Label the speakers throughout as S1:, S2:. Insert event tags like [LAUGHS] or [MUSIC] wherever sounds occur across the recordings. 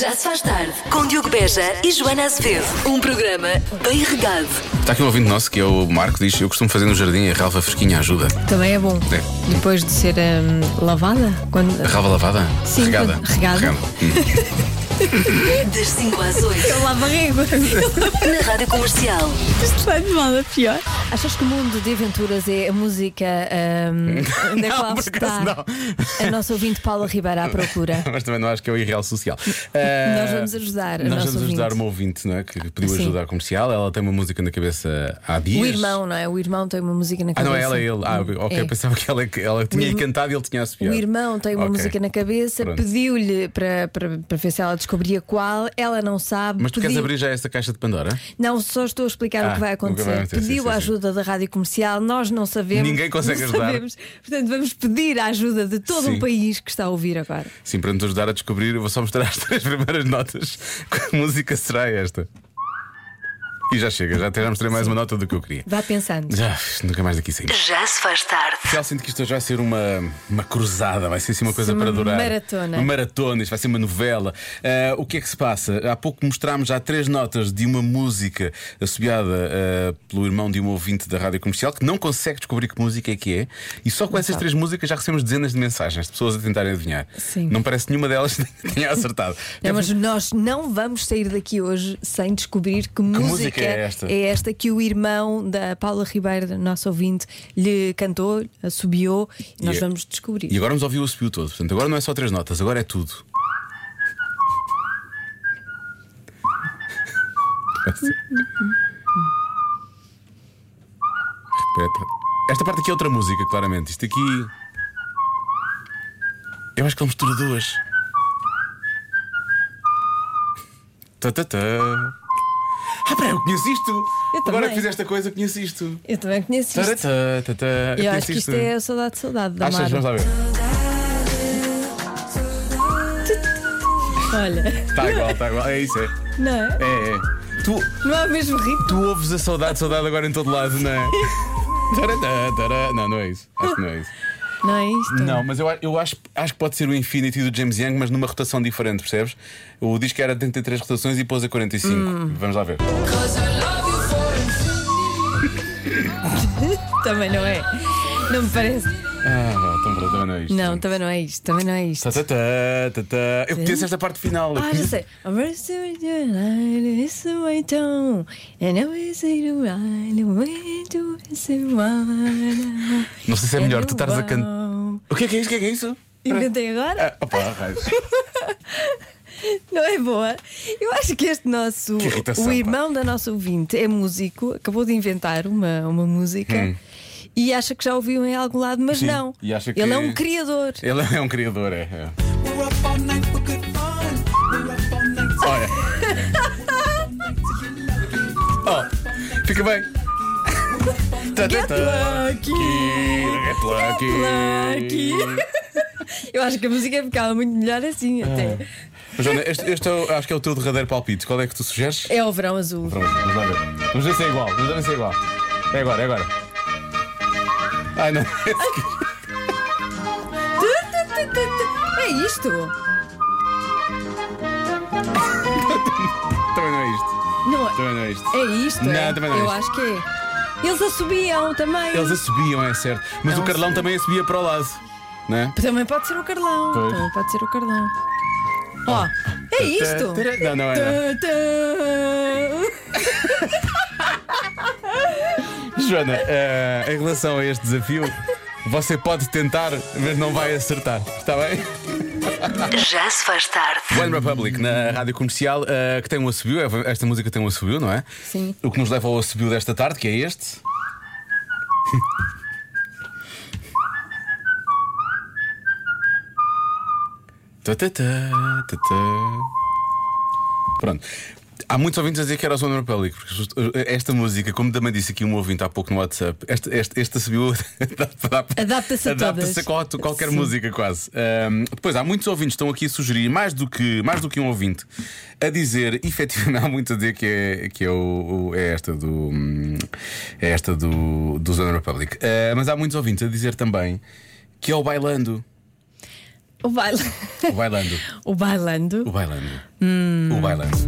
S1: Já se faz tarde com Diogo Beja e Joana Azevedo. Um programa bem regado.
S2: Está aqui um ouvinte nosso que é o Marco, diz: Eu costumo fazer no jardim a ralva fresquinha ajuda.
S3: Também é bom.
S2: É.
S3: Depois de ser hum, lavada? Quando... [LAUGHS]
S2: A ralva lavada?
S3: Sim,
S2: regada.
S3: regada.
S2: Hum.
S1: Das 5 às 8
S3: Eu lavo a régua.
S1: na Rádio Comercial.
S3: Isto vai de mal a pior. Achas que o mundo de aventuras é a música hum, na
S2: [LAUGHS] Não,
S3: qual
S2: por
S3: está
S2: acaso não.
S3: a nossa ouvinte Paula Ribeira à procura?
S2: [LAUGHS] Mas também não acho que é o irreal social. Eh,
S3: Nós vamos ajudar o
S2: Nós
S3: nosso
S2: vamos ajudar
S3: ouvinte.
S2: uma ouvinte, não é? Que pediu
S3: Sim.
S2: ajuda à comercial. Ela tem uma música na cabeça há dias.
S3: O irmão, não é? O irmão tem uma música na
S2: Ah,
S3: cabeça.
S2: não, é ela é ele. Ah, ok,
S3: É.
S2: eu pensava que ela, que ela tinha
S3: irmão-
S2: cantado e ele tinha assobiado.
S3: O irmão tem uma
S2: Ok.
S3: música na cabeça,
S2: Pronto.
S3: pediu-lhe para, para, para ver se ela descobria qual, ela não sabe.
S2: Mas tu queres
S3: pediu-
S2: abrir já esta caixa de Pandora?
S3: Não, só estou a explicar
S2: Ah,
S3: o que vai
S2: o que vai
S3: acontecer.
S2: acontecer, sim,
S3: Pediu
S2: sim,
S3: a
S2: sim.
S3: ajuda da rádio comercial, nós não sabemos.
S2: Ninguém consegue
S3: não
S2: ajudar.
S3: Sabemos. Portanto, vamos pedir a ajuda de todo
S2: Sim.
S3: o país que está a ouvir agora.
S2: Sim, para nos ajudar a descobrir, eu vou só mostrar as [LAUGHS] três primeiras notas. Que música será esta? E já chega, já até já mostrei mais uma nota do que eu queria.
S3: Vá pensando.
S2: Já, nunca mais daqui saímos.
S1: Já se faz tarde.
S2: Já sinto que isto já vai ser uma, uma cruzada, vai ser assim uma coisa
S3: Uma
S2: para durar.
S3: maratona.
S2: Uma maratona, isto vai ser uma novela. Ah, o que é que se passa? Há pouco mostrámos já três notas de uma música assobiada ah, pelo irmão de um ouvinte da rádio comercial que não consegue descobrir que música é que é. E só com essas
S3: sabe.
S2: três músicas já recebemos dezenas de mensagens de pessoas a tentarem adivinhar.
S3: Sim.
S2: Não parece que nenhuma delas [LAUGHS] tenha acertado.
S3: Não, mas nós não vamos sair daqui hoje sem descobrir que, música,
S2: música é esta?
S3: é esta que o irmão da Paula Ribeiro, nosso ouvinte, lhe cantou, assobiou, e nós
S2: é-
S3: vamos descobrir.
S2: E agora vamos ouvir o assobio todo. Portanto, agora não é só três notas, agora é tudo. Repete. Esta parte aqui é outra música, claramente. Isto aqui. Eu acho que é um ele mistura duas. Tá, tá, tá. Ah, peraí, eu conheço isto.
S3: Eu
S2: agora
S3: também.
S2: que fiz esta coisa, eu conheço isto.
S3: Eu também conheço
S2: Tá, tá,
S3: isto.
S2: tá, tá. Eu
S3: Eu
S2: conheço
S3: acho que isto é a saudade, saudade da
S2: Achas?
S3: Mara.
S2: Vamos lá ver.
S3: Olha,
S2: Está igual, está igual. É isso, é.
S3: não é?
S2: É, é. Tu,
S3: Não há o mesmo ritmo.
S2: tu ouves a saudade, saudade agora em todo lado, não é? Tarará, tará. Não, não é isso. Acho que não é isso.
S3: Não é isto?
S2: Não, mas eu, a- eu acho, acho que pode ser o Infinity do James Young, mas numa rotação diferente, percebes? O disco era 33 rotações e pôs a 45.
S3: Hum.
S2: Vamos lá ver.
S3: [LAUGHS] Também não é. Não me parece.
S2: Ah, vá, então pronto, também não é isto.
S3: Não, também não é isto. Também não é isto.
S2: Tá, tá, tá, tá, tá. Eu conheço esta parte final. eu
S3: Ah, já
S2: conheço.
S3: sei. I'm very sorry that I lost my tongue, and I will say the right way to say why.
S2: Não sei se é melhor tu estares a cantar.
S3: Não.
S2: O que é que é isso? O que é que é isso?
S3: Inventei agora?
S2: Ah, opa,
S3: [LAUGHS]
S2: raios.
S3: Não é boa? Eu acho que este nosso.
S2: Que irritação,
S3: o irmão da nossa ouvinte é músico, acabou de inventar uma, uma música e acha que já ouviu em algum lado, mas
S2: Hum. Sim,
S3: não.
S2: e acha que-
S3: Ele é um criador.
S2: Ele é um criador, é. é.
S4: We're up all night for good fun. We're up all night to
S2: Olha. Oh, fica bem. Tá, tá,
S3: Get
S2: tá.
S3: lucky.
S2: Get lucky.
S3: [LAUGHS] Eu acho que a música ficava muito melhor assim
S2: Ah.
S3: até.
S2: Mas, Joana, este, este é o- acho que é o teu derradeiro palpite. Qual é que tu sugeres?
S3: É o verão azul.
S2: Vamos lá ver. Vamos ver se é igual. Vamos ver se é igual. É agora, é agora. Ai não. [LAUGHS]
S3: É isto?
S2: Também não é isto.
S3: Não é?
S2: Também não é isto.
S3: É isto?
S2: Não,
S3: é?
S2: também não é
S3: Eu
S2: isto.
S3: acho que é. Eles assobiam também.
S2: Eles assobiam, é certo. Mas
S3: Não,
S2: o Carlão
S3: sim.
S2: também assobia para o lado. Não é?
S3: Também pode ser o Carlão.
S2: Pois. Ah.
S3: Também pode ser o Carlão. Ó, é isto?
S2: Não, não é.
S3: Tã, tã.
S2: Joana, eh, em relação a este desafio, você pode tentar, mas não vai acertar, está bem?
S1: Já se faz tarde.
S2: One Republic na rádio comercial, eh, que tem um assobio, eh, esta música tem um assobio, não é?
S3: Sim.
S2: O que nos leva ao assobio desta tarde, que é [LAUGHS] este. Tá, tá, tá, tá, tá. Pronto. Há muitos ouvintes a dizer que era o Zona Republic, porque just- esta música, como também disse aqui um ouvinte há pouco no WhatsApp, este, este, este assobio [LAUGHS] adapta-
S3: Adapta-se a
S2: adapta-se a
S3: todas.
S2: qual- qualquer
S3: Sim.
S2: música, quase. Ahm, depois, há muitos ouvintes que estão aqui a sugerir, mais do que, mais do que um ouvinte, a dizer, [LAUGHS] efetivamente, há muito a dizer que é, que é, o, o- é esta do. hum, É esta do, do Zona Republic. Ah, mas há muitos ouvintes a dizer também que é o Bailando.
S3: O bailando.
S2: O bailando.
S3: O bailando.
S2: O bailando.
S3: Hum.
S2: O bailando.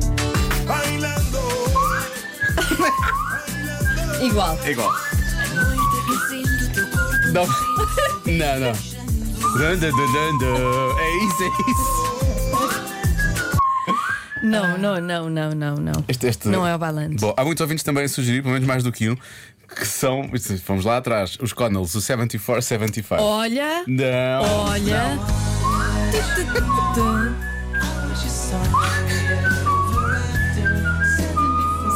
S4: Bailando.
S3: Igual.
S2: É igual. Não. Não, não. Dun, dun, dun, dun, dun. É isso, é isso.
S3: Não, não, não, não, não, não.
S2: Este- este-
S3: Não é o bailando.
S2: Bom, há muitos ouvintes também a sugerir, pelo menos mais do que um, que são, isto, vamos lá atrás, os Connells, o 74, 75.
S3: Oh. Olha.
S2: Não.
S3: Olha.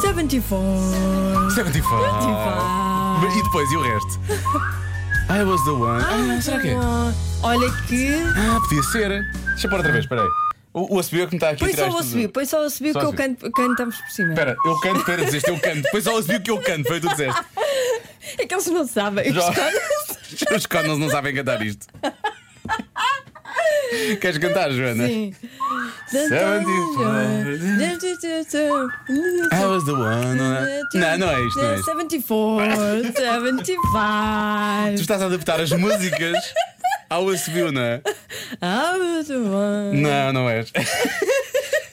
S3: Seventy four.
S2: 75. E depois, e o resto? I was the one. Ah, será que é?
S3: Olha que.
S2: Ah, podia ser. Deixa eu pôr outra vez, espera aí. O, o USB é que me está aqui
S3: Põe
S2: a tirar
S3: só o
S2: isto do-
S3: assobio, põe só o assobio
S2: Só
S3: que eu
S2: assobio.
S3: canto, cantamos por cima.
S2: Espera, eu canto, espera, dizeste, eu canto. Depois só o USB que eu canto, foi o que tu disseste.
S3: É que eles não sabem.
S2: Já- [LAUGHS] Os Connells não sabem cantar
S3: [LAUGHS]
S2: isto. Queres cantar, Joana?
S3: Sim.
S2: 74. I was the one. Não, é? não, não é isto, não é isto. [LAUGHS]
S3: 74, 75.
S2: Tu estás a adaptar as músicas ao USB, não é?
S3: Ah, muito bom.
S2: Não, não
S3: [LAUGHS]
S2: és.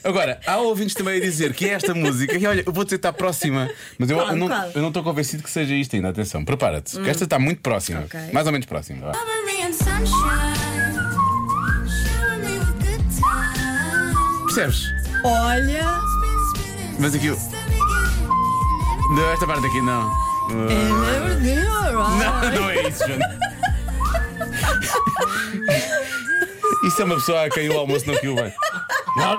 S2: Agora, há ouvintes também a dizer que é esta música, e olha, eu vou dizer que está próxima, mas eu,
S3: Qual,
S2: eu não,
S3: qual? Hum.
S2: eu não estou convencido que seja isto ainda. Atenção, prepara-te, que esta está muito próxima,
S3: Ok.
S2: mais ou menos próxima. vá.
S5: Cover me in sunshine. Shower me with good times.
S2: Percebes?
S3: Olha.
S5: Been spinning
S2: Mas aqui,
S5: since the beginning.
S2: não, esta parte aqui não.
S3: É verdade, alright.
S2: Não, não é isso, Jana. Isso é uma pessoa a quem o almoço não caiu bem. Não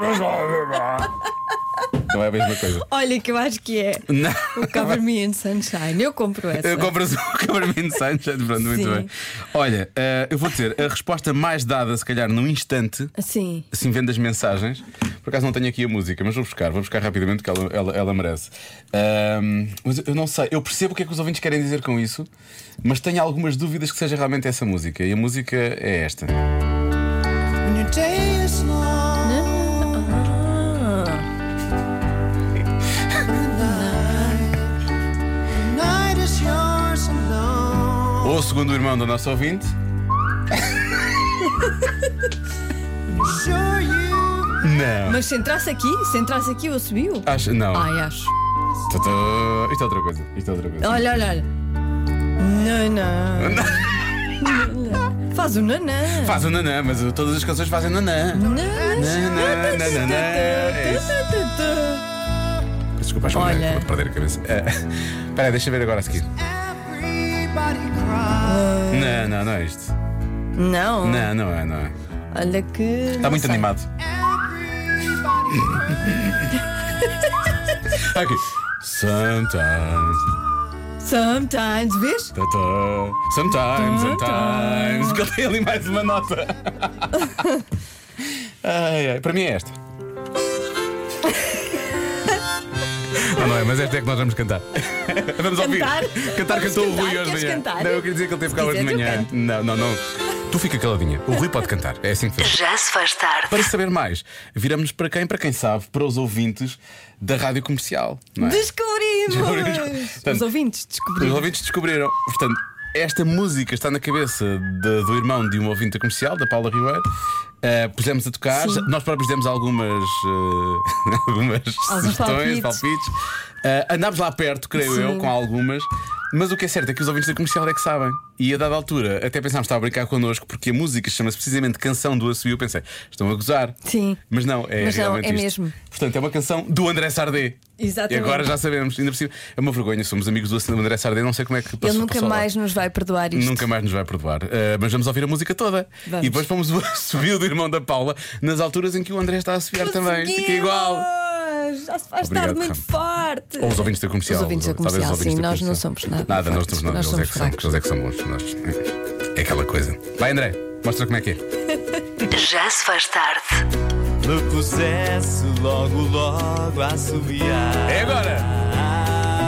S2: é a mesma coisa.
S3: Olha, que eu acho que é.
S2: Não.
S3: O Cover Me in Sunshine. Eu compro essa.
S2: Eu compras o Cabernet Sanchez, é pronto, muito
S3: Sim.
S2: bem. Olha, eh, eu vou dizer, a resposta mais dada, se calhar, num instante,
S3: Sim.
S2: assim vendo as mensagens. Por acaso não tenho aqui a música, mas vou buscar, vou buscar rapidamente porque ela, ela, ela merece. Ahm, mas eu não sei, eu percebo o que é que os ouvintes querem dizer com isso, mas tenho algumas dúvidas que seja realmente essa música. E a música é esta.
S4: When your day is long.
S3: Ah,
S4: the Night is yours alone.
S2: Ou segundo o irmão do nosso ouvinte,
S4: Sure you
S2: não.
S3: mas se entrasse aqui, se entrasse aqui, eu subiu.
S2: Acho, não.
S3: Ai, acho.
S2: Tadã. Isto é outra coisa. Isto é outra coisa.
S3: Olha, olha, olha. Nanã. Nanã. Faz o nanã.
S2: Faz o nanã, mas todas as canções fazem nanã. Nanã, nanã, é isso.
S3: Nanã.
S2: Desculpa, acho que
S3: Olha.
S2: acabei de perder a cabeça. Eh, Espera aí, deixa eu ver agora a seguir.
S4: everybody cry.
S2: Não, não, não é isto.
S3: Não.
S2: Não, não é, não é.
S3: Olha que.
S2: Está muito animado.
S4: Everybody cry.
S2: Ok. Sometimes,
S3: Sometimes, vês?
S2: tata, sometimes, sometimes. Porque ele tem ali mais uma
S3: [LAUGHS]
S2: nota. Ai, ai, Para mim é esta. Não, não é, mas esta é que nós vamos cantar. Vamos ouvir.
S3: Cantar?
S2: Cantar
S3: Vamos
S2: cantou o
S3: cantar?
S2: Rui hoje de
S3: Queres
S2: manhã.
S3: cantar?
S2: Não, eu queria dizer que ele teve
S3: Se
S2: cá hoje de
S3: quiseres, eu
S2: manhã.
S3: canto.
S2: Não, não, não. Tu fica caladinha. O Rui pode cantar. É assim que fez.
S1: Já se faz tarde.
S2: Para saber mais, viramos para quem? Para quem sabe, para os ouvintes da rádio comercial. Não é? Descobrimos.
S3: Descobrimos! Os
S2: Portanto,
S3: ouvintes
S2: Os
S3: descobriram.
S2: ouvintes descobriram. Portanto, esta música está na cabeça de- do irmão de uma ouvinte da comercial, da Paula Ribeiro. Uh, pusemos a tocar,
S3: Sim.
S2: nós próprios demos algumas, uh, [LAUGHS] algumas sugestões,
S3: palpites.
S2: palpites. Uh, andámos lá perto, creio
S3: Sim.
S2: eu, com algumas. Mas o que é certo é que os ouvintes da comercial é que sabem. E a dada altura, até pensámos que estava a brincar connosco, porque a música chama-se precisamente Canção do Assobio. Eu pensei, estão a gozar.
S3: Sim.
S2: Mas não, é
S3: Mas não,
S2: realmente
S3: é
S2: isto.
S3: mesmo.
S2: Portanto, é uma canção do André Sardé.
S3: Exatamente.
S2: E agora já sabemos, ainda por cima. É uma vergonha, somos amigos do André Sardé, não sei como é que passou.
S3: Ele nunca
S2: passou lá.
S3: mais nos vai perdoar isto.
S2: Nunca mais nos vai perdoar. Eh, mas vamos ouvir a música toda.
S3: Vamos.
S2: E depois fomos o [LAUGHS] subiu do irmão da Paula nas alturas em que o André está a subiar também. Fica igual.
S3: Conseguimos! Já se faz
S2: Obrigado,
S3: tarde muito forte.
S2: Ou os ouvintes da comercial.
S3: Os ouvintes da
S2: Talvez os
S3: comercial,
S2: ouvintes
S3: sim,
S2: da
S3: nós não
S2: comercial.
S3: somos nada.
S2: Nada, nós
S3: fortes,
S2: somos nada.
S3: nós
S2: Eles é
S3: somos
S2: que são,
S3: fracos.
S2: eles é que são bons. Nós... É aquela coisa. Vai, André, mostra como é que é.
S1: Já se faz tarde.
S6: Me pusesse logo, logo a assobiar.
S2: É agora!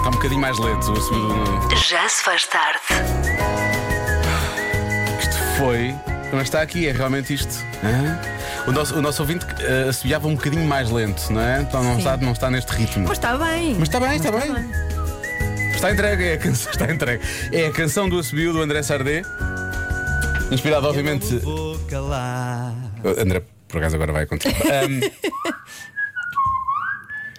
S2: Está um bocadinho mais lento o assumido. no-
S1: Já se faz tarde.
S2: Isto foi. Mas está aqui, é realmente isto. Hã? O nosso, o nosso ouvinte eh, assobiava um bocadinho mais lento, não é? Então não,
S3: Sim.
S2: está, não está neste ritmo.
S3: Mas está bem.
S2: Mas está bem, está bem. Está entregue, é a canção, [LAUGHS] está entregue. É a canção do Assobio do André Sardé. Inspirado, obviamente.
S6: Vou calar.
S2: Uh, André, por acaso agora vai acontecer.
S3: [LAUGHS]
S2: Um,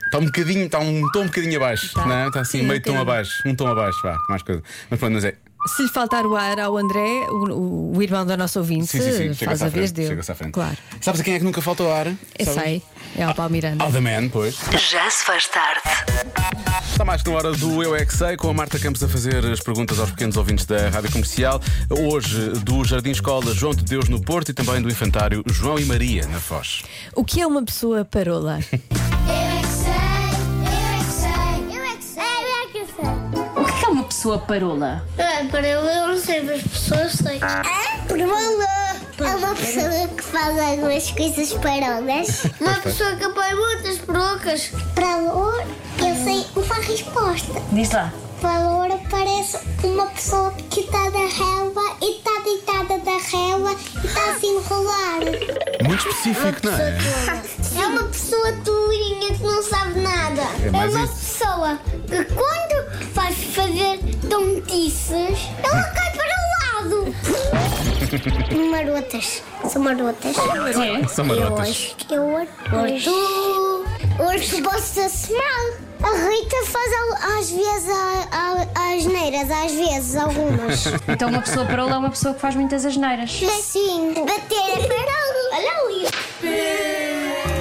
S2: Está um bocadinho, está um tom um bocadinho abaixo,
S3: Tá.
S2: não é? Está assim,
S3: Sim, um
S2: meio tom
S3: bocadinho.
S2: abaixo, um tom abaixo, vá, mais coisa. Mas pronto, mas é.
S3: Se lhe faltar o ar ao André, o, o- o irmão do nosso ouvinte,
S2: Sim, sim, sim,
S3: faz
S2: chega-se
S3: a
S2: à
S3: vez
S2: frente.
S3: dele.
S2: Chega-se à frente.
S3: Claro.
S2: Sabes a quem é que nunca falta o ar?
S3: Eu
S2: Sabes?
S3: sei. É o Paulo Miranda.
S2: Ao The Man, pois.
S1: Já se faz tarde.
S2: Está mais que na hora do Eu é Que Sei, com a Marta Campos a fazer as perguntas aos pequenos ouvintes da Rádio Comercial. Hoje, do Jardim Escola João de Deus no Porto e também do Infantário João e Maria na Foz.
S3: O que é uma pessoa parola?
S7: O que é uma pessoa parola?
S8: Ah, para eu eu não sei, mas pessoas sei. Ah, por uma É uma pessoa que faz algumas coisas parolas. Uma pessoa que põe muitas perocas. Para eu sei uma resposta.
S7: Diz lá.
S8: Valor parece uma pessoa que está da relva e está deitada da relva e está a se enrolar.
S2: Muito específico, não é?
S8: É uma pessoa tolinha que não sabe nada.
S2: É mais
S8: uma
S2: isso.
S8: pessoa que quando vai fazer tontices, ela cai para o lado.
S2: [LAUGHS]
S8: marotas. São marotas.
S2: São marotas.
S8: Eu é hoje. Hoje posso-se mal. A Rita faz al- às vezes a- a- as neiras, às vezes algumas.
S2: [LAUGHS]
S7: Então uma pessoa parola é uma pessoa que faz muitas asneiras.
S8: Sim, Assim, bater a parola. Olha ali.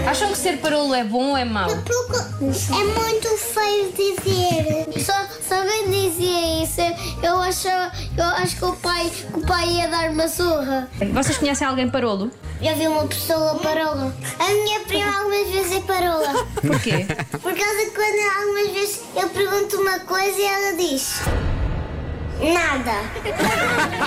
S7: Acham que ser parola é bom ou é mau?
S8: Porque é muito feio dizer. Só sabem dizer isso. Eu acho, eu acho que, o pai, que o pai ia dar uma surra.
S7: Vocês conhecem alguém parolo?
S8: Já vi uma pessoa parola. A minha prima algumas vezes é parola.
S7: Porquê?
S8: Por causa que quando algumas vezes eu pergunto uma coisa e ela diz. Nada.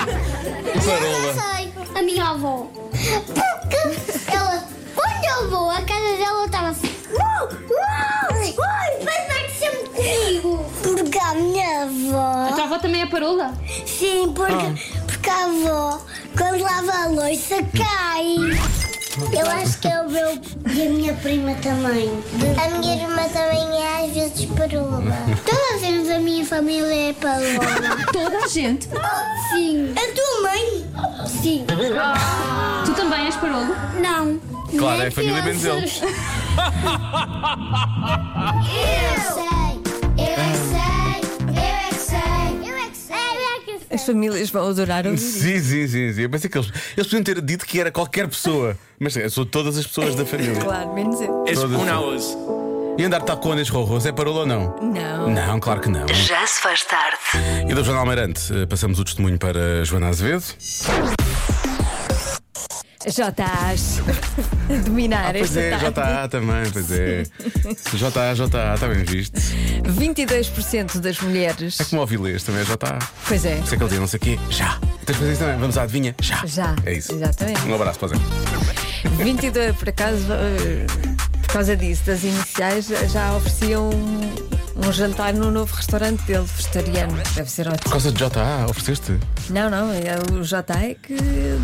S8: Parola. sei. A minha avó. Porque ela, quando eu vou, a casa dela estava assim. Uau, uau, uau, vai estar sempre comigo. Porque a minha
S7: A
S8: avó.
S7: tua avó também é parola?
S8: Sim, porque,
S2: Ah.
S8: porque a avó, quando lava a louça, cai. Eu acho que é o meu. E a minha prima também. A minha irmã também é às vezes parola. Toda a da minha família é parola.
S7: Toda a gente.
S8: Sim. A tua mãe? Sim.
S7: Tu também és parolo?
S8: Não.
S2: Claro, é a família Benzelo.
S8: Eu sei, eu
S2: Ah.
S8: é que sei, eu é que sei, eu é que sei, eu é que sei.
S3: As famílias vão adorar ouvir. isso.
S2: Sim, sim, sim, sim. Eu pensei que eles, eles podiam ter dito que era qualquer pessoa, mas eu sou todas as pessoas da família. É-
S3: Claro, menos eu.
S6: Es
S2: Todas.
S6: una voz.
S2: E andar tacones rorros é parola ou não?
S3: Não.
S2: Não, claro que não.
S1: Já se faz tarde.
S2: E do Jornal Almeirante, eh, passamos o testemunho para Joana Azevedo.
S3: Já estás [LAUGHS] a dominar
S2: Pois
S3: esta
S2: é,
S3: tarde.
S2: JA também, pois
S3: [LAUGHS]
S2: é. JA, JA, está tá bem visto.
S3: 22% das mulheres.
S2: É como ouvi ler também, é JA.
S3: Pois é.
S2: Sei que ele dizia não sei o quê, já. Tens de fazer isso também, vamos à adivinha, já.
S3: Já,
S2: É isso.
S3: exatamente.
S2: Um abraço, pois é.
S3: 22, por acaso, eh, por causa disso, das iniciais, já ofereciam um, um jantar no novo restaurante dele, vegetariano. Deve ser
S2: Por
S3: ótimo.
S2: causa de JA, ofereceste?
S3: Não, não, é o JA é que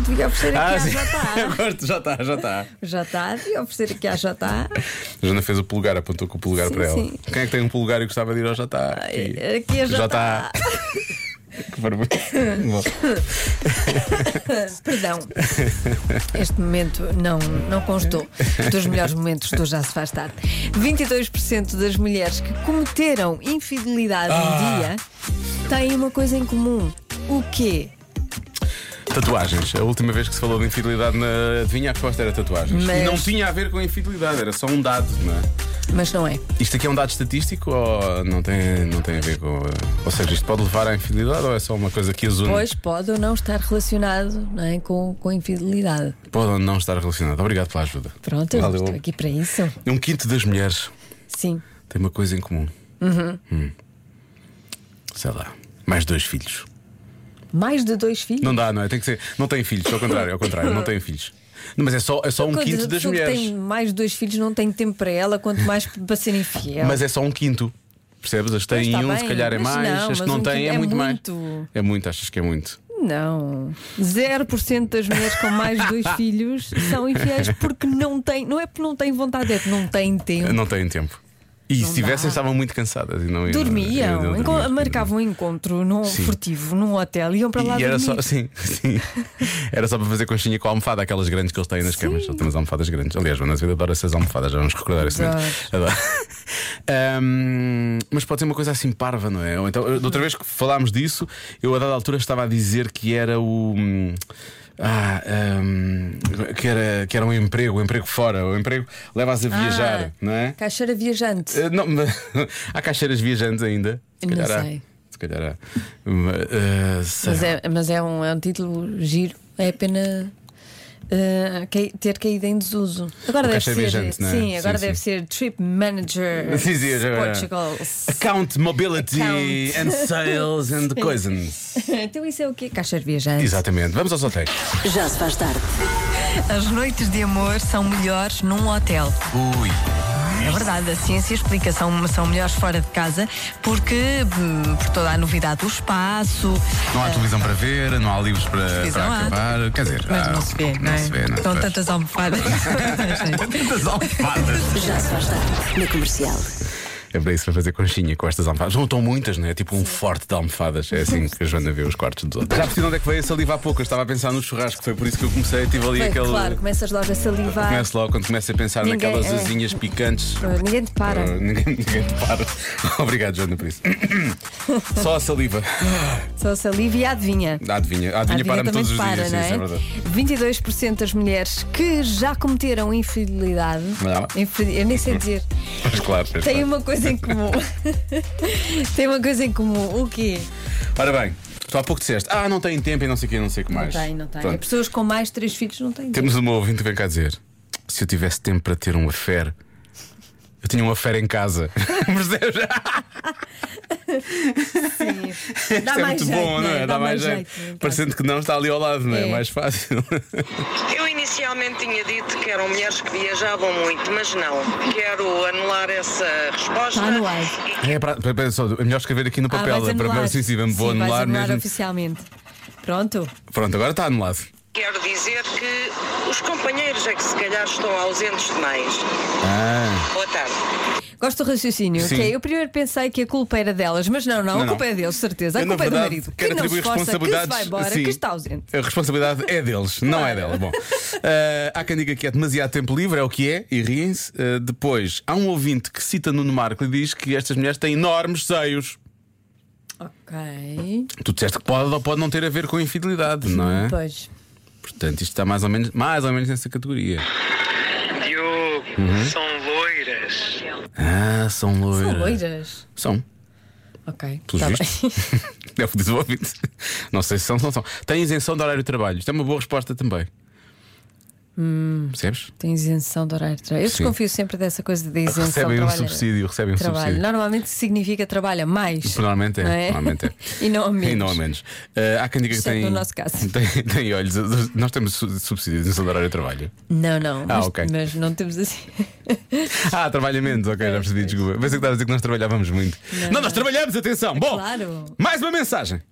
S3: devia oferecer
S2: Ah,
S3: aqui à
S2: [LAUGHS] Eu
S3: JA.
S2: gosto de JA, JA.
S3: O JA devia oferecer aqui à JA.
S2: A Joana fez o polegar, apontou com o polegar
S3: Sim,
S2: para ela.
S3: sim.
S2: Quem é que tem um polegar e gostava de ir ao JA?
S3: Ai, aqui é
S2: JA.
S3: [LAUGHS] JA.
S2: que barulho.
S3: [LAUGHS] Perdão. Este momento não, não constou dos melhores momentos do Já Se Faz Tarde. 22% das mulheres que cometeram infidelidade um dia têm uma coisa em comum. O quê?
S2: Tatuagens. A última vez que se falou de infidelidade na adivinha, a resposta era tatuagens.
S3: Mas-
S2: E não tinha a ver com a infidelidade, era só um dado, não é?
S3: Mas não é.
S2: Isto aqui é um dado estatístico ou não tem, não tem a ver com. Ou seja, isto pode levar à infidelidade ou é só uma coisa que as une?
S3: Pois pode ou não estar relacionado não é, com, com a infidelidade.
S2: Pode ou não estar relacionado. Obrigado pela ajuda.
S3: Pronto, eu
S2: Valeu.
S3: estou aqui para isso.
S2: Um quinto das mulheres
S3: Sim.
S2: tem uma coisa em comum.
S3: Uhum.
S2: Hum. Sei lá. Mais dois filhos.
S3: Mais de dois filhos.
S2: Não dá, não é? Tem que ser. Não tem filhos, ao contrário, ao contrário, não tem filhos. Não, mas é só, é só um
S3: Quando
S2: quinto
S3: a
S2: das
S3: pessoa que
S2: mulheres.
S3: tem mais de dois filhos não tem tempo para ela, quanto mais [LAUGHS] para ser infiel.
S2: Mas é só um quinto. Percebes? As que
S3: Pois
S2: têm
S3: está
S2: um, se
S3: bem,
S2: calhar é
S3: mas
S2: mais,
S3: não,
S2: as que
S3: mas
S2: não
S3: um
S2: têm
S3: quinto
S2: é,
S3: é
S2: muito, mais.
S3: muito.
S2: É muito, achas que é muito.
S3: Não. 0% das mulheres com mais de
S2: [LAUGHS]
S3: dois filhos são infiéis porque não têm. Não é porque não têm vontade, é porque não têm tempo.
S2: Não têm tempo. E se tivessem, estavam muito cansadas. E não iam-
S3: Dormiam,
S2: iam
S3: enco-
S2: dormir.
S3: marcavam um encontro num
S2: Sim.
S3: furtivo, num hotel, iam para lá
S2: E era só,
S3: dormir.
S2: sim, [LAUGHS] sim. Era só para fazer conchinha com a almofada, aquelas grandes que eles têm nas camas. Eles têm umas almofadas grandes. Aliás, Joana Azevedo adora essas almofadas, já vamos recordar isso mesmo. Adoro. [LAUGHS] Ahm, mas pode ser uma coisa assim parva, não é? Ou então, da outra vez que falámos disso, eu a dada altura estava a dizer que era o. hum, Ah, hum, que, era, que era um emprego, um emprego fora, o emprego levas a
S3: Ah.
S2: viajar, não é?
S3: Caixeira viajante.
S2: Eh, não, mas [LAUGHS] há caixeiras viajantes ainda. Se
S3: Não
S2: calhar há.
S3: sei.
S2: Se calhar há. Mas, eh, sei
S3: Mas,
S2: lá.
S3: é, mas é, um, é um título giro. É pena ah, cai- ter caído em desuso. Agora
S2: O
S3: deve
S2: caixa
S3: ser.
S2: viajante, não é?
S3: Sim, agora
S2: Sim,
S3: deve
S2: sim.
S3: ser Trip Manager
S2: [LAUGHS] Sim, é sim, já-
S3: é Portugal.
S2: [LAUGHS] Account Mobility
S3: Account.
S2: and Sales and Coisins.
S3: então isso é o quê? Caixas viajantes.
S2: Exatamente. Vamos aos hotéis.
S1: Já se faz tarde.
S3: As noites de amor são melhores num hotel.
S2: Ui.
S3: É verdade, a ciência explica, são, são melhores fora de casa porque hum, por toda a novidade do espaço.
S2: Não há televisão para ver, não há livros para,
S3: É. Televisão
S2: para
S3: há.
S2: acabar. Quer dizer,
S3: Mas
S2: há-
S3: não se vê, não, é?
S2: se vê, Ah, não se
S3: Estão
S2: vê.
S3: tantas almofadas.
S2: [LAUGHS] Tantas
S3: [LAUGHS]
S2: almofadas.
S1: Já se faz tarde. Na comercial.
S2: É para isso, para fazer conchinha com estas almofadas. Não estão muitas, não é? Tipo um forte de almofadas. É assim que a Joana vê os quartos dos outros. Já percebi de onde é que veio a saliva há pouco. Eu estava a pensar no churrasco, foi por isso que eu comecei. Tive ali
S3: Bem,
S2: aquele.
S3: Claro, começas logo a salivar.
S2: Começo logo quando começo a pensar
S3: Ninguém-
S2: naquelas
S3: é.
S2: asinhas
S3: [LAUGHS]
S2: picantes.
S3: Ah, Ninguém te para.
S2: Ah, ninguém, ninguém te para. [LAUGHS] Obrigado, Joana,
S3: [LAUGHS]
S2: por isso. Só a saliva.
S3: Só saliva e adivinha.
S2: A adivinha, a adivinha,
S3: Adivinha
S2: para-me
S3: também
S2: todos
S3: te
S2: os
S3: para,
S2: dias, sim,
S3: não
S2: isso é verdade.
S3: 22% das mulheres que já cometeram infidelidade,
S2: Ah.
S3: infide- eu nem
S2: [LAUGHS]
S3: sei dizer,
S2: Mas claro, mas
S3: têm
S2: claro.
S3: uma coisa em comum. [LAUGHS] têm uma coisa em comum. O quê?
S2: Ora bem, tu há pouco disseste, ah, não tem tempo e não sei o que, não sei o que
S3: um- Não
S2: mais.
S3: tem, não tem.
S2: Pronto.
S3: Pessoas com mais de três filhos não têm.
S2: Temos uma ouvinte que vem cá dizer: se eu tivesse tempo para ter um affair, eu tinha um affair em casa. [LAUGHS] Percebes? [LAUGHS]
S3: Sim. Dá
S2: Isto é
S3: mais
S2: muito
S3: jeito, né?
S2: bom, não é?
S3: Dá, mais jeito. em casa.
S2: Parecendo que não está ali ao lado, não é?
S3: É.
S2: Mais fácil.
S9: Eu inicialmente tinha dito que eram mulheres que viajavam muito, mas não. Quero anular essa resposta.
S3: Está no ar.
S2: É, para, para- para- só, é melhor escrever aqui no
S3: Ah,
S2: papel.
S3: vais
S2: é para
S3: anular.
S2: sim, sim, vamos- vou
S3: Sim, vais
S2: anular
S3: anular
S2: mesmo.
S3: oficialmente. Pronto.
S2: Pronto, agora está anulado.
S9: Quero dizer que os companheiros é que se calhar estão ausentes demais.
S2: Ah,
S9: Boa tarde.
S3: Gosto do raciocínio,
S2: Sim.
S3: que é, eu primeiro pensei que a culpa era delas, mas não, não,
S2: Não,
S3: a culpa
S2: não.
S3: é deles, certeza. A
S2: Eu, na
S3: culpa é do
S2: verdade,
S3: marido, que
S2: quero
S3: não se
S2: atribuir
S3: esforça, que se vai
S2: responsabilidades-
S3: embora,
S2: sim.
S3: que está ausente.
S2: A responsabilidade é deles, não é dela. Bom, eh, há quem diga que é demasiado tempo livre, é o que é, e riem-se. Eh, depois, há um ouvinte que cita Nuno Marco e diz que estas mulheres têm enormes seios.
S3: Ok,
S2: Tu disseste que pode ou pode não ter a ver com infidelidade, não é?
S3: pois.
S2: Portanto, isto está mais ou menos, mais ou menos nessa categoria.
S10: Diogo,
S2: Uhum.
S10: são loiras.
S2: Ah, são loiras.
S3: São loiras.
S2: São,
S3: Ok,
S2: pelos
S3: tá bem. [LAUGHS]
S2: vistos. [LAUGHS] É o que diz o ouvinte. Não sei se são, se não são. Tem isenção de horário de trabalho. Isto é uma boa resposta também.
S3: Hum.
S2: Percebes?
S3: Tem isenção de horário de trabalho. Eu
S2: Sim.
S3: desconfio sempre dessa coisa de isenção
S2: recebem
S3: de
S2: um
S3: trabalho.
S2: subsídio, recebem um
S3: Trabalho.
S2: subsídio.
S3: Normalmente significa trabalha mais.
S2: Normalmente é,
S3: não
S2: normalmente é.
S3: [LAUGHS] e não a menos.
S2: E não a menos. Eh, há quem diga que
S3: Exceto
S2: tem.
S3: no nosso caso.
S2: [LAUGHS] Tem, tem olhos. Nós temos su- subsídio de isenção de horário de trabalho.
S3: Não, não.
S2: Ah,
S3: mas,
S2: ok.
S3: mas não temos assim.
S2: Ah, trabalha menos, ok, já percebi, desculpa. Pensei que estava a dizer que nós trabalhávamos muito. Não, nós trabalhamos, atenção. Bom,
S3: É Claro.
S2: mais uma mensagem.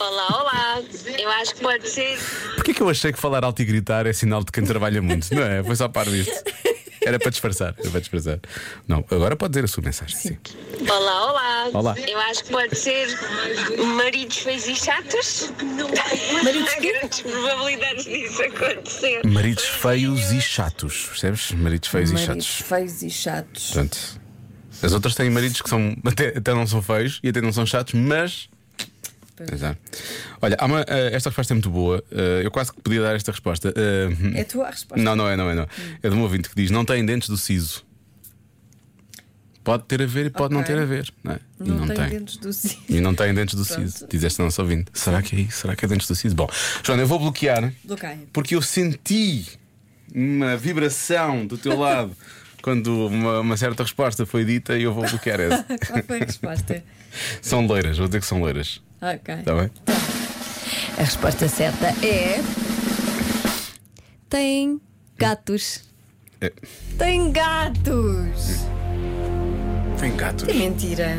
S5: Olá, olá. Eu acho que pode ser.
S2: Porquê que eu achei que falar alto e gritar é sinal de quem trabalha muito? Não é? Foi só para isto. Era para disfarçar, era para disfarçar. Não, agora pode dizer a sua mensagem. Sim.
S5: Olá, olá.
S2: Olá.
S5: Eu acho que pode ser maridos feios e chatos.
S3: Maridos
S5: Há
S3: quê?
S5: grandes probabilidades disso acontecer.
S2: Maridos feios e chatos, percebes? Maridos [LAUGHS] feios e
S3: Maridos
S2: chatos. Tá.
S3: feios e chatos.
S2: Portanto, as outras têm maridos que são até, até não são feios e até não são chatos, mas. Exato. Olha, há uma, eh, esta resposta é muito boa. Eh, eu quase que podia dar esta resposta. Eh,
S3: É a tua a resposta.
S2: Não, não é, não é, não.
S3: Hum.
S2: É de um ouvinte que diz: não tem dentes do siso. Pode ter a ver e pode não
S3: Ok.
S2: ter a ver. Não, é? E
S3: Não, tem, dentes do siso.
S2: E não tem dentes do siso. Diz esta nossa ouvinte. Será que é isso? Será que é dentes do siso? Bom, Joana, eu vou bloquear
S3: Bloqueia.
S2: porque eu senti uma vibração do
S3: [LAUGHS]
S2: teu lado quando uma, uma certa resposta foi dita e eu vou bloquear essa.
S3: [LAUGHS] Qual foi a resposta?
S2: são loiras, vou dizer que são loiras.
S3: ok.
S1: Então.
S2: Está bem?
S3: A resposta certa é. Tem gatos.
S2: É.
S3: Tem gatos!
S2: Tem gatos.
S3: É mentira.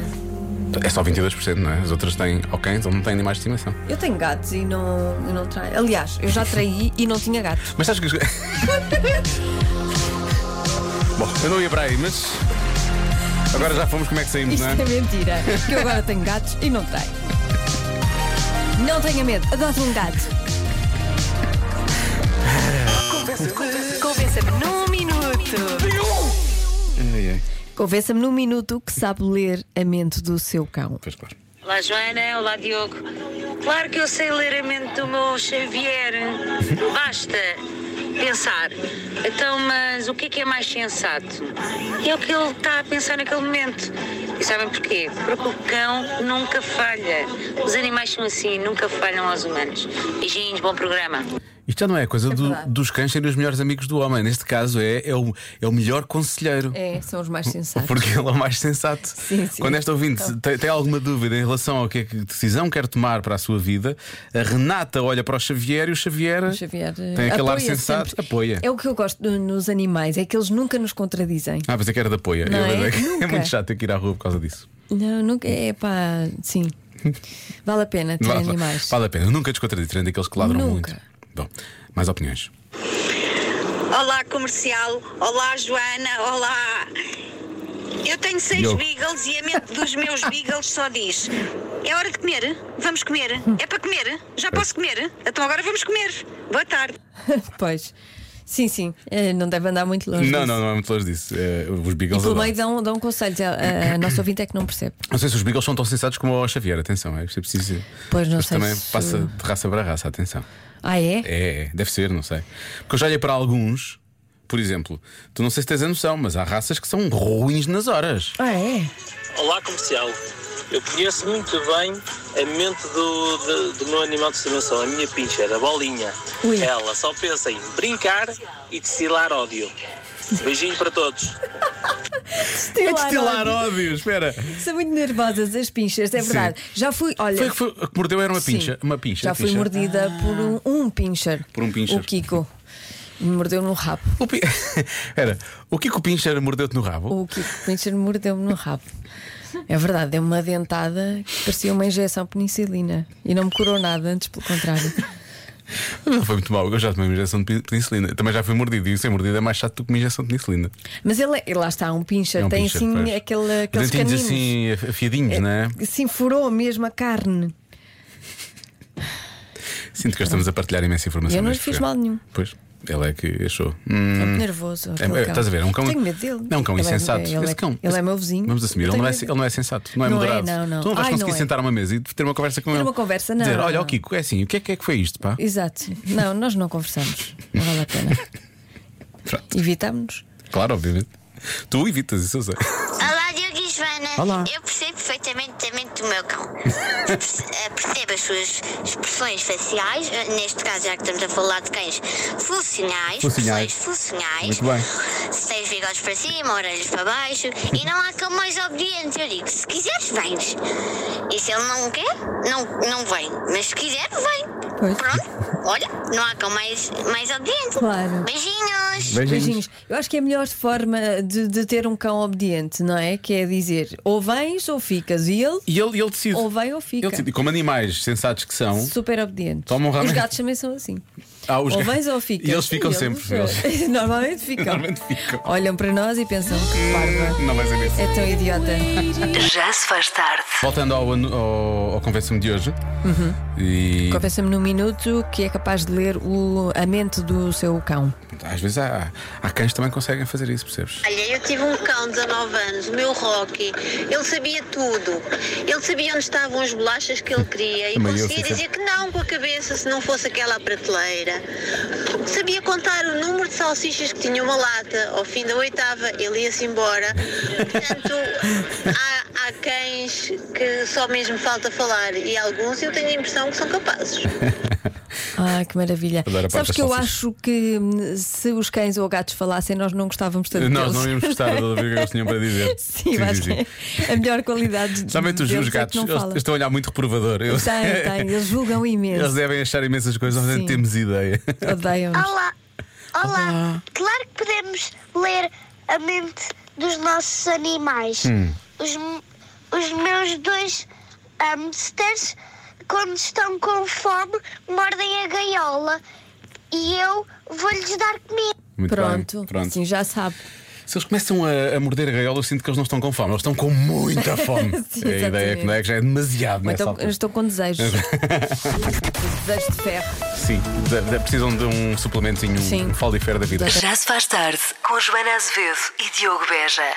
S2: É só 22%, não é? As outras têm, ok, então não têm animais de estimação.
S3: Eu tenho gatos e não, eu não traio. Aliás, eu já traí e não
S1: [LAUGHS]
S3: tinha gatos.
S2: Mas sabes que. [LAUGHS] os- Bom, eu não ia para aí, mas. Agora já fomos como é que saímos,
S3: Isto
S2: não
S3: é
S2: é?
S3: mentira. Que eu agora tenho gatos e não traio. Não tenha medo, adote um gato.
S1: Convença-me num minuto.
S3: é-
S2: Ai, ai.
S3: Convença-me num minuto que sabe ler a mente do seu cão.
S2: Pois claro.
S9: Olá Joana, olá Diogo. Claro que eu sei ler a mente do meu Xavier. Basta pensar. Então, mas o que é que é mais sensato? É o que ele está a pensar naquele momento. E sabem porquê? Porque o cão nunca falha. Os animais são assim, nunca falham aos humanos. Beijinhos, bom programa.
S2: Isto já não é coisa do-
S3: verdade.
S2: dos cães serem os melhores amigos do homem. Neste caso é, é, o, é o melhor conselheiro.
S3: É, são os mais sensatos.
S2: Porque ele é o mais sensato.
S3: [LAUGHS] Sim, sim.
S2: Quando esta ouvinte
S3: Então.
S2: tem, tem alguma dúvida em relação ao que é que decisão quer tomar para a sua vida, a Renata olha para o Xavier e o Xavier,
S3: O Xavier, eh,
S2: tem aquele ar
S3: apoia
S2: sensato,
S3: sempre.
S2: apoia.
S3: É o que eu gosto no- nos animais, é que eles nunca nos contradizem.
S2: Ah, pensei que era de apoia.
S3: Não
S2: Eu-
S3: é?
S2: é
S3: Nunca.
S2: muito chato ter que ir à rua por causa disso.
S3: Não, nunca é pá, sim. Vale a pena ter
S2: Vale,
S3: animais.
S2: vale a pena. Eu nunca descontradi trem daqueles que ladram
S3: Nunca.
S2: muito. Bom, mais opiniões.
S11: Olá, comercial. Olá, Joana. Olá. Eu tenho seis
S2: Diogo.
S11: beagles e a mente dos meus beagles só diz: É hora de comer? Vamos comer? É para comer? Já posso comer? Então agora vamos comer. Boa tarde.
S3: [LAUGHS] pois. Sim, sim. Eh, Não deve andar muito longe.
S2: não,
S3: disso.
S2: não, não é muito longe disso. É, os
S3: E
S2: Beagles
S3: pelo
S2: adoram.
S3: meio dão, dão conselhos. A, a- a nossa ouvinte é que não percebe.
S2: Não sei se os Beagles são tão sensatos como o Xavier, atenção, é isto é preciso.
S3: Pois, não
S2: Mas
S3: sei
S2: também
S3: se-
S2: passa de raça para raça, atenção.
S3: Ah, é?
S2: É, é, deve ser, não sei. Porque eu já olhei para alguns, por exemplo, tu não sei se tens a noção, mas há raças que são ruins nas horas.
S3: Ah, é?
S12: Olá, comercial. Eu conheço muito bem a mente do, do- do meu animal de estimação, a minha pincher, a bolinha.
S13: Ui.
S12: Ela só pensa em brincar e destilar ódio. Beijinho para todos.
S3: É Destilar,
S2: ódio, É espera.
S3: São muito nervosas as pinchas, é
S2: Sim.
S3: verdade. Já fui, olha.
S2: Foi, foi, a que mordeu era uma
S3: Sim.
S2: pincha. Uma pincha.
S3: Já fui
S2: pincha. Ah.
S3: mordida por um, um pincher.
S2: Por um pincher.
S3: O Kiko. Me mordeu no rabo.
S2: O, pi... [LAUGHS] Era, o que o pincher mordeu-te no rabo?
S3: o Kiko Pincher mordeu-me no rabo. É verdade, deu-me uma dentada que parecia uma injeção penicilina. E não me curou nada, antes pelo contrário.
S2: Não foi muito mal, eu já tomei uma injeção de pin- penicilina. Também já fui mordido e ser mordido é mais chato do que uma injeção de penicilina.
S3: Mas ele, é- e lá está, um pincher,
S2: É um
S3: tem
S2: pincher,
S3: assim
S2: pois.
S3: aquele, aqueles
S2: Dentinhos
S3: caninhos.
S2: assim afiadinhos, não é?
S3: Assim furou mesmo a carne.
S2: Sinto que estamos a partilhar imensa informação.
S3: Eu não
S2: neste
S3: lhe fiz
S2: programa.
S3: mal nenhum.
S2: Pois, ele é que achou.
S3: É
S2: Hum,
S3: muito nervoso.
S2: É,
S3: aquele
S2: é,
S3: cão.
S2: estás a ver? É um cão.
S3: Tenho medo dele.
S2: Não, é um cão
S3: Ele
S2: insensato.
S3: É, ele,
S2: Esse
S3: é,
S2: cão-
S3: ele é meu vizinho.
S2: Vamos assumir,
S3: Eu
S2: ele não, é,
S3: tenho medo
S2: ele não é sensato, não é
S3: Não é,
S2: moderado.
S3: não, não.
S2: Tu não vais
S3: Ai,
S2: conseguir
S3: não é.
S2: sentar a uma mesa e ter uma conversa com
S3: Ter
S2: ele.
S3: uma conversa, não,
S2: Dizer,
S3: não,
S2: olha, ó
S3: não.
S2: Kiko, é assim, o que é que, é que foi isto, pá?
S3: dele. Exato. Não, nós não conversamos. Não vale
S2: [LAUGHS]
S3: a pena. Evitamos-nos.
S2: Claro, obviamente. Tu evitas isso, eu sei.
S14: Olá, Diogo e Joana.
S2: Olá.
S14: Eu percebo perfeitamente a mente do meu
S2: [LAUGHS]
S14: cão. Perce- eh, percebo as suas expressões faciais, eh, neste caso, já que estamos a falar de cães funcionais,
S15: Funcionais.
S14: expressões funcionais.
S15: Muito bem.
S14: Se tens bigodes para cima, orelhas para baixo. E não há cão mais obediente. Eu digo, se quiseres, vens. E se ele não quer, não, não vem. Mas se quiser, vem. Pronto, olha, não há cão mais, mais obediente.
S3: Claro.
S14: Beijinhos.
S3: Eu acho que é a melhor forma de, de ter um cão obediente, não é? Que é dizer ou vens ou ficas. E ele,
S2: e ele, ele decide.
S3: Ou vem ou fica.
S2: Ele, decide. um. E como animais sensatos que são,
S3: Super obediente.
S2: tomam
S3: Os
S2: realmente.
S3: gatos também são assim.
S2: um Ah, os
S3: ou
S2: gatos-
S3: vens ou ficas.
S2: E eles ficam
S3: E
S2: sempre. Eles...
S3: [LAUGHS] Normalmente ficam.
S2: Normalmente ficam.
S3: Olham para nós e pensam que barba.
S2: Não vai ser isso.
S3: É tão idiota.
S1: Já se faz tarde.
S2: Voltando ao, anu- ao, ao Convença-me de hoje.
S3: Uhum.
S2: E
S3: Confessa-me num minuto que é capaz de ler o- a mente do seu cão.
S2: às vezes há, há cães que também conseguem fazer isso, percebes?
S11: Olha, eu tive um cão de 19 anos, o meu Rocky. Ele sabia tudo. Ele sabia onde estavam as bolachas que ele queria e
S2: Também eu,
S11: conseguia
S2: sincero.
S11: dizer que não com a cabeça se não fosse aquela prateleira. Sabia contar o número de salsichas que tinha uma lata. Ao fim da oitava, ele ia-se embora. Portanto, há, há cães que só mesmo falta falar e alguns eu tenho a impressão que são capazes.
S3: Ah, que maravilha.
S2: Adoro a parte
S3: Sabes
S2: das
S3: que eu
S2: salsichas.
S3: acho que hum, se os cães ou gatos falassem, nós não gostávamos tanto
S2: Nós
S3: deles.
S2: não íamos gostar de ouvir o que eles tinham para dizer.
S3: [LAUGHS] Sim,
S2: Sim,
S3: mas
S2: sim,
S3: a melhor qualidade de
S2: Somente os,
S3: deles
S2: os
S3: é que
S2: gatos,
S3: não
S2: eles,
S3: falam.
S2: eles estão a olhar muito reprovador. Eu- [LAUGHS]
S3: Tem, tem, eles julgam
S2: Eles
S3: imenso.
S2: devem achar imensas coisas, nós nem
S3: Sim.
S2: temos ideia. [LAUGHS] Ah,
S3: Odeiam-nos.
S8: Olá. Olá. Claro que podemos ler a mente dos nossos animais.
S2: Hum.
S8: Os, m- os meus dois
S14: um,
S8: hamsters, quando estão com fome, mordem a gaiola e eu vou-lhes dar comida.
S2: Muito
S3: Pronto,
S2: bem, pronto.
S3: Sim, já sabe.
S2: Se eles começam a, a morder a gaiola, eu sinto que eles não estão com fome, eles estão com muita fome.
S3: [LAUGHS] Sim,
S2: a ideia é que,
S3: exatamente.
S2: não é, que já é demasiado
S3: Ou
S2: nessa
S3: então
S2: altura.
S3: estou com
S2: [LAUGHS]
S3: desejos. desejos de ferro.
S2: Sim, da- da- precisam de um suplementozinho,
S3: Sim.
S2: um faldifero da vida.
S1: Já se faz tarde com Joana Azevedo e Diogo Beja.